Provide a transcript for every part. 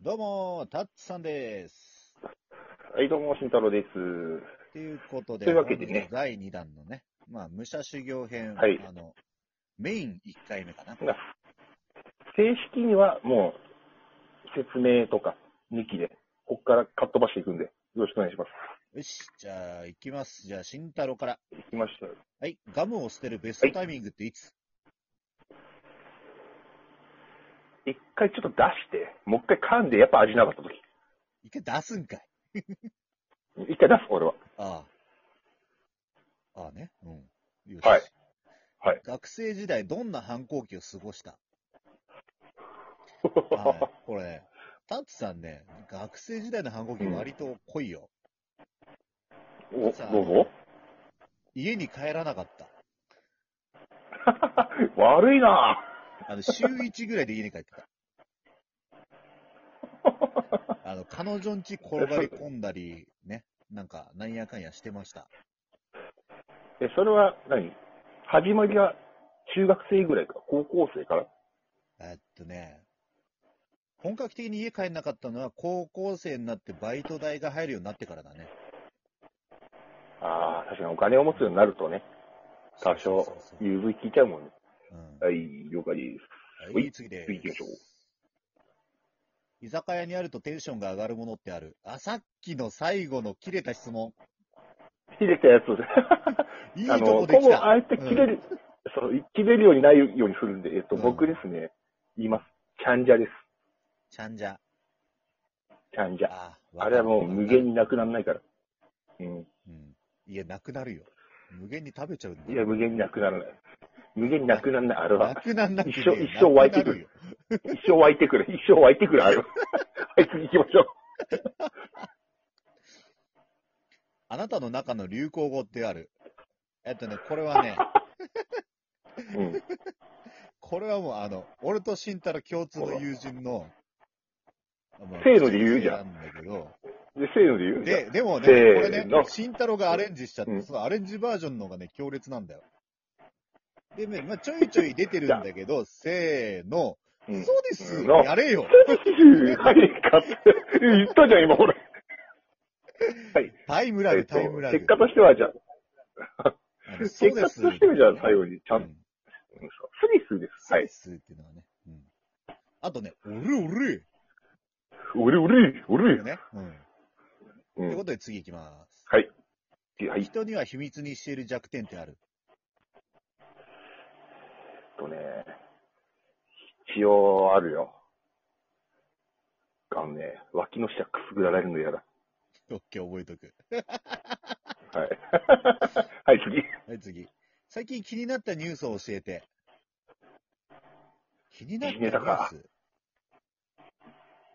どうも、タッツさんです。はい、どうも、慎太郎です。ということで、というわけでね本日の第2弾のね、まあ、武者修行編、はいあの、メイン1回目かな。が正式にはもう、説明とか抜きで、ここからかっ飛ばしていくんで、よろしくお願いしまよし、じゃあ、行きます。じゃあ、慎太郎から。す。行きました。はい、ガムを捨てるベストタイミングっていつ、一回ちょっと出して、もう一回噛んで、やっぱ味なかった時。一回出すんかい。一回出す、俺は。ああ。ああね。うん。よし。はいはい学生時代、どんな反抗期を過ごしたはいは。これ、タッツさんね、学生時代の反抗期割と濃いよ。 お、さあどうぞ。家に帰らなかった。悪いな あの、週1ぐらいで家に帰ってた。あの、彼女ん家転がり込んだり、ね、なんか、なんやかんやしてました。え、それは何、始まりは、中学生ぐらいか、高校生から。えっとね、本格的に家帰んなかったのは、高校生になってバイト代が入るようになってからだね。ああ、確かにお金を持つようになるとね、多少そうそう、そう融通聞いちゃうもんね。うんはい、了解です。 はい、次で次行きましょう。居酒屋にあるとテンションが上がるものってある。あ、さっきの最後の切れた質問。切れたやつ。いいあとの、こで今来後、あた。えて切れる、その、切れるようにないようにするんで、えっと、うん僕ですね、言います。チャンジャです。ちゃんじゃ。チャンジャ。ああれはもう無限に。になくならないから。うん。うん。いや、なくなるよ。無限に食べちゃうんだよいや、無限になくならない。無限になくならない。あれなは、くなんなくてね一生一生湧いてくる。一生湧いてくる。一生湧いてくる。あれ は。はい、次行きましょう。あなたの中の流行語ってある。えっとね、これ はね、うん。これはもうあの、俺と慎太郎共通の友人の、せーので言うじゃん。なんだけど、で、せーので言うじゃあで、でもね、こせーのれね、慎太郎がアレンジしちゃっうて、んそのアレンジバージョンの方がね、強烈なんだよ。でね、まあ、ちょいちょい出てるんだけど、せーの、うんそうです、うんやれよ。はい、勝って。言ったじゃん、今、ほら。はい。タイムラえっグ、とタイムラグ。結果としては、じゃあ、あのそうで結果とす。しては、じゃあ、最後に、ちゃんうとんスリスです。サはイい。スっていうのはね。うん。あとね、おるおる俺、俺、って俺いう。ね。うん。うというんこ。とで次行きます。はい。えっ人には秘密にしている弱点ってある。とね、一応あるよ。あのね、脇の下くすぐられるの嫌だ。オッケー、覚えとく。はい。 はい、次。はい、次。最近気になったニュースを教えて。気になったニュース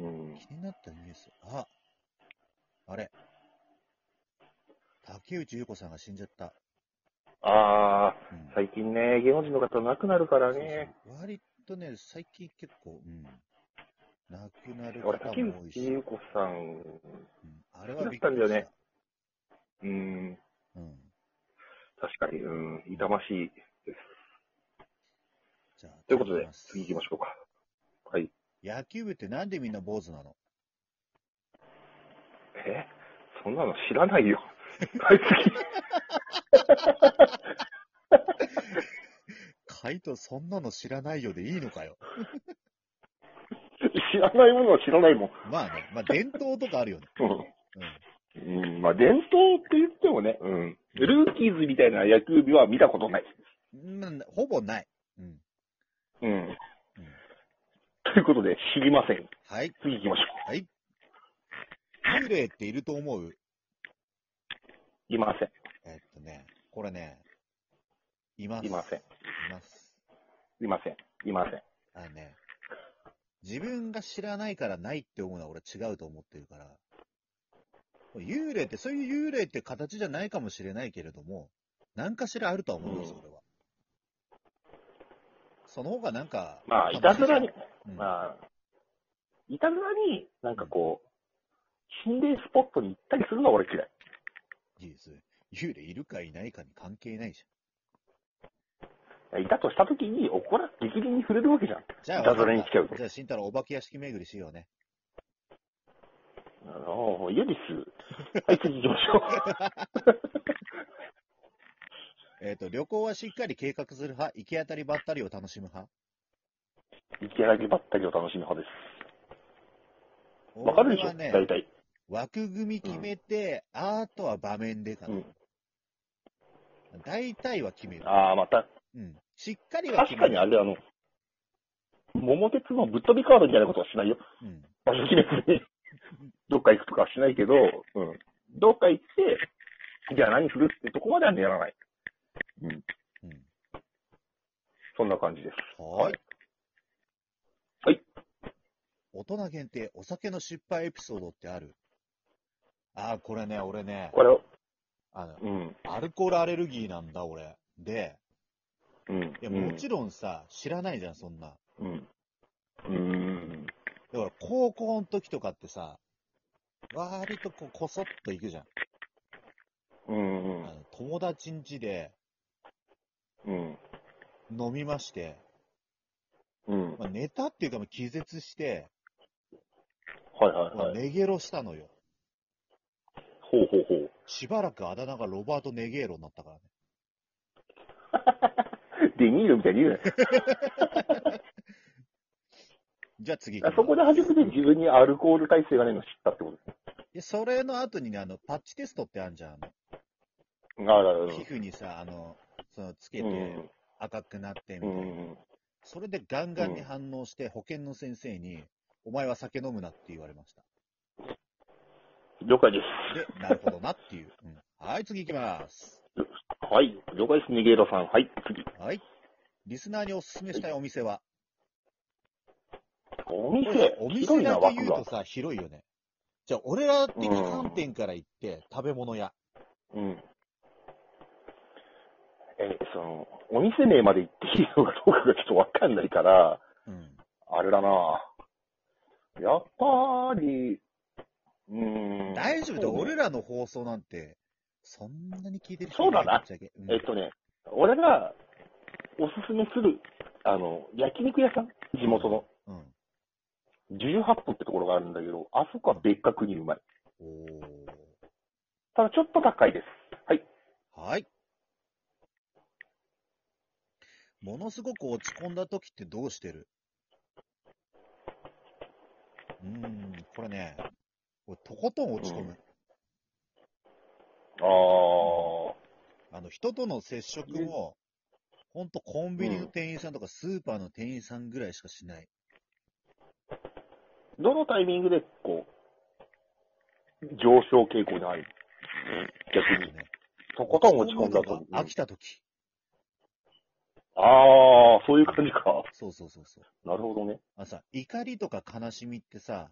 うん。気になったニュースあ、あれ。竹内優子さんが死んじゃった。あうんー、最近ね、芸能人の方亡くなるからね。そうそう割とね、最近結構、うん。亡くなる俺、方竹内も多いし。優子さん、うんあれはびっ好きくだったんりだしたよね。うん、うん。確かに、うん、痛ましい。じゃあ、ということで、次次行き行まきしょうか。はい。ます野球部ってなんでみんな坊主なのえそんなの知らないよ。はい、次。 回答そんなの知らないよでいいのかよ。知らないものは知らないもん。まあね、まあ伝統とかあるよね。うん。うん、まあ、伝統って言ってもね、うん。ルーキーズみたいな野球日は見たことない。うん。なんだほぼない。うん。うん。ということで、知りません。はい。次行きましょう。はい。幽霊っていると思ういません。えっとね、これね、います。いません。います。いません。いません。あのね、自分が知らないからないって思うのは俺違うと思ってるから、幽霊って、そういう幽霊って形じゃないかもしれないけれども、何かしらあるとは思います、うん俺は。その方がなんか、まあ、いたずらに、うん、まあ、いたずらに、なんかこう、心霊スポットに行ったりするのは俺嫌い。いいですね幽霊いるかいないかに関係ないじいたとしたときに、怒ら、激励に触れるわけじゃん。ゃん。じゃあ、いたずらに来ちゃうじゃあ、慎太郎、お化け屋敷巡りしようね。あの嫌です。はい、次行きましょう。えっ、と、旅行はしっかり計画する派、行き当たりばったりを楽しむ派。 行き上げばったりを楽しむ派です。わかるでし俺ょ、はね、大体。枠組み決めて、あとは場面でかな。うん大体は決める。ああ、また、うん。しっかりは確決かめる。にあれ、あの、桃鉄のぶっ飛びカードみたいなことはしないよ。うん。場所決めずに、どっか行くとかはしないけど、うん。どっか行って、じゃあ何するってとこまではやらない。うん。そんな感じです。はーい。はい。大人限定、お酒の失敗エピソードってあるああ、これね、俺ね、これを、あの、うん、アルコールアレルギーなんだ、俺。で、うん。いや、もちろんさ、知らないじゃん、そんな。うん。うん。だから、高校の時とかってさ、割とこう、こそっと行くじゃん。うん。あの友達ん家でうん。飲みまして、うん。はいまあ、寝たっていうか、まあ気絶して、はいまあはい。ネゲロしたのよ。ほうほうほ う。しばらくあだ名がロバート・ネゲーロになったからね。デニールみたいに言うなよじゃあ次行 あきますそこで初めて自分にアルコール耐性がねえの知ったってことで、それの後にね、あの、パッチテストってあるじゃん。あああ、なるの皮膚にさ、あの、その、つけうんて赤くなってみうたいな。ん。それでガンガンに反応して、保健の先生に、お前は酒飲むなって言われました。了解でで、なるほどなっていう。うん、はい、次行きます。す。はい。了解です、ニゲーロさん。はい、次。はい。リスナーにおすすめしたいお店は、おこれさ店、お広店いな、だけ枠言うとが。さ、広いよね。じゃあ、俺ら的観点から言って、食べ物屋。うん。え、その、お店名まで言っていいのかどうかがちょっとわかんないから、うん。あれだなやっぱり、うーん。大丈夫だよ、そうね俺らの放送なんて、そんなに聞いてる人そうだなぶっちゃけうんえっとね、俺がおすすめする、あの、焼肉屋さん、地元の、うん。 18分ってところがあるんだけど、あそこは別格にうまい。おー。ただちょっと高いです。はい。はい。ものすごく落ち込んだ時ってどうしてるうーん、これね、俺とことん落ち込む。うんああの、人との接触も、ほんとコンビニの店員さんとかスーパーの店員さんぐらいしかしない。ー、どのタイミングで、こう、上昇傾向にある逆に。ね、とことん落ち込んだ落とち込む。のが飽きた時。ああ、そういう感じか。そうそうそうそう。なるほどね。あのさ、怒りとか悲しみってさ、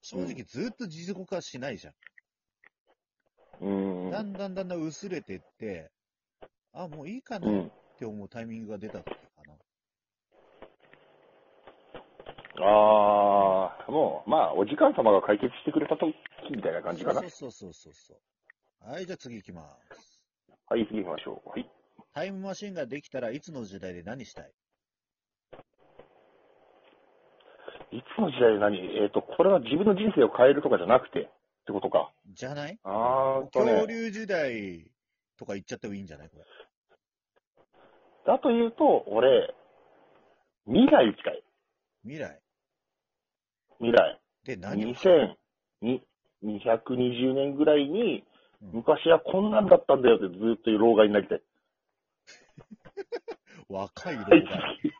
正直ずっと持続化しないじゃん。うーん。だんだんだんだん薄れてって、あ、もういいかうなっん。て思うタイミングが出た時かな。ああ、もう、まあ、お時間様が解決してくれた時みたいな感じかな。そうそうそうそうそう。はい、じゃあ次行きます。はい、次行きましょう。はい。タイムマシンができたらいつの時代で何したいいつの時代で何えっ、と、これは自分の人生を変えるとかじゃなくて、ってことか。じゃないあーと恐ね。竜時代とか言っちゃってもいいんじゃないこれ。だと言うと、俺、未来行きたい。未来。未来。で、何を2220年ぐらいに、うん昔はこんなんだったんだよってずっと老害になりたい。若い老はい、害。 次。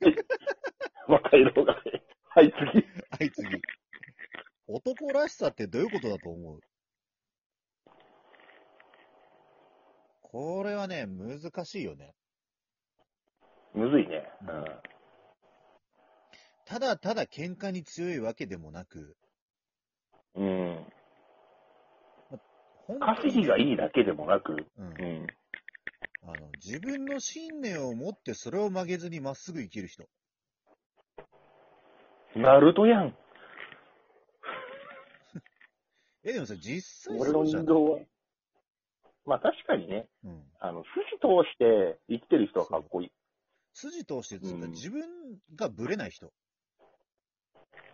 若い老害。はい、次。はい、次。男らしさってどういうことだと思うこれはね、難しいよね。むずいね。ただただ喧嘩に強いわけでもなく、うん。うん。本稼ぎがいいだけでもなく、うんう、ん。あの自分の信念を持ってそれを曲げずにまっすぐ生きる人。ナルトやん。え、でもさ、実際俺そのうじゃ人ん。道は。まあ確かにね、うん。あの、筋通して生きてる人はかっこいい。筋通してずっとうん自分がブレない人。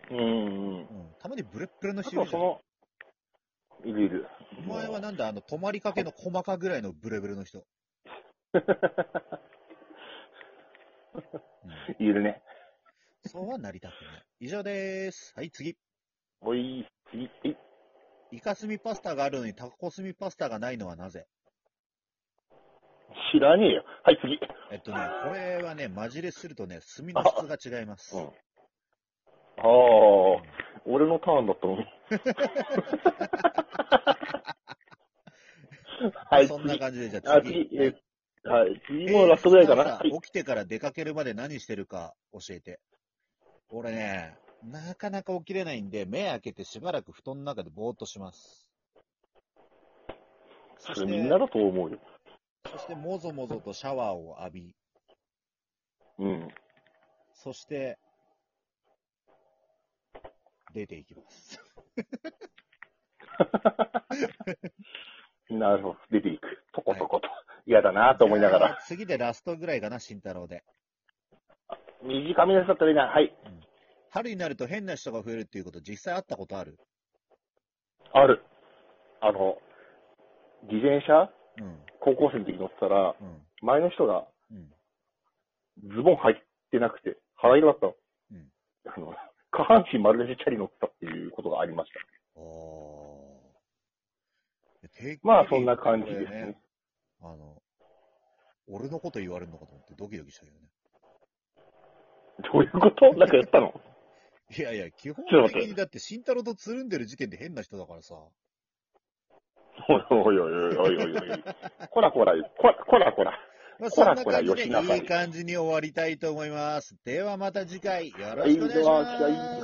うんうん。うん。たまにブレッブレのあ人いるとじそゃん。の、いるいる。お前はなんだ、あの、止まりかけの細かぐらいのブレブレの人。 うん いるね。そうはなりたくない。以上でーす。はい、次。おい、次、えい。イカスミパスタがあるのにタコスミパスタがないのはなぜ知らねえよ。はい、次。えっとね、これはね、混じれするとね、炭の質が違います。うん。ああ、俺のターンだったのに。 はい、そんな次。感じで、じゃああ、次次。、えはい、次もラストぐらいかな。えーさあはい起きてから出かけるまで何してるか教えて。俺ね、なかなか起きれないんで、目開けてしばらく布団の中でぼーっとします。そそしれみんなて、だと思うよ。そしてもぞもぞとシャワーを浴び、うん。そして、出ていきます。なるほど。出ていく。とことこと。嫌だなと思いながじゃら。あ。 次でラストぐらいかな、慎太郎で。短めのやつだったらいいな。はい。春になると変な人が増えるっていうこと、実際あったことあるある。あの、自転車うん、高校生の時乗ってたら、うん、前の人がうん。ズボン入ってなくて、腹色だったの。うんあの、下半身丸出しチャリ乗ってたっていうことがありました。おー。てっきりまあ、そんな感じですこれね。あの、俺のこと言われるのかと思ってドキドキしたけどね。どういうことなんかやったの いやいや、基本ちょっと的待っにだって慎太郎とつるんでる時点で変な人だからさ。おいおいおいおいおいおい。こらこら、こらこらこら。まあ、こそらんな感じこらよしなさでいいい感じに終わりたいと思います。ではまた次回よろしくお願いします。はい